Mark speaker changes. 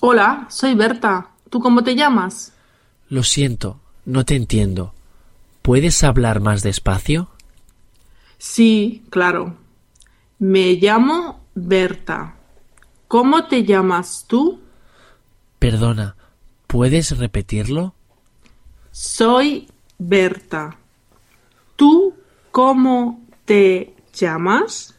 Speaker 1: Hola, soy Berta. ¿Tú cómo te llamas?
Speaker 2: Lo siento, no te entiendo. ¿Puedes hablar más despacio?
Speaker 1: Sí, claro. Me llamo Berta. ¿Cómo te llamas tú?
Speaker 2: Perdona, ¿puedes repetirlo?
Speaker 1: Soy Berta. ¿Tú cómo te llamas?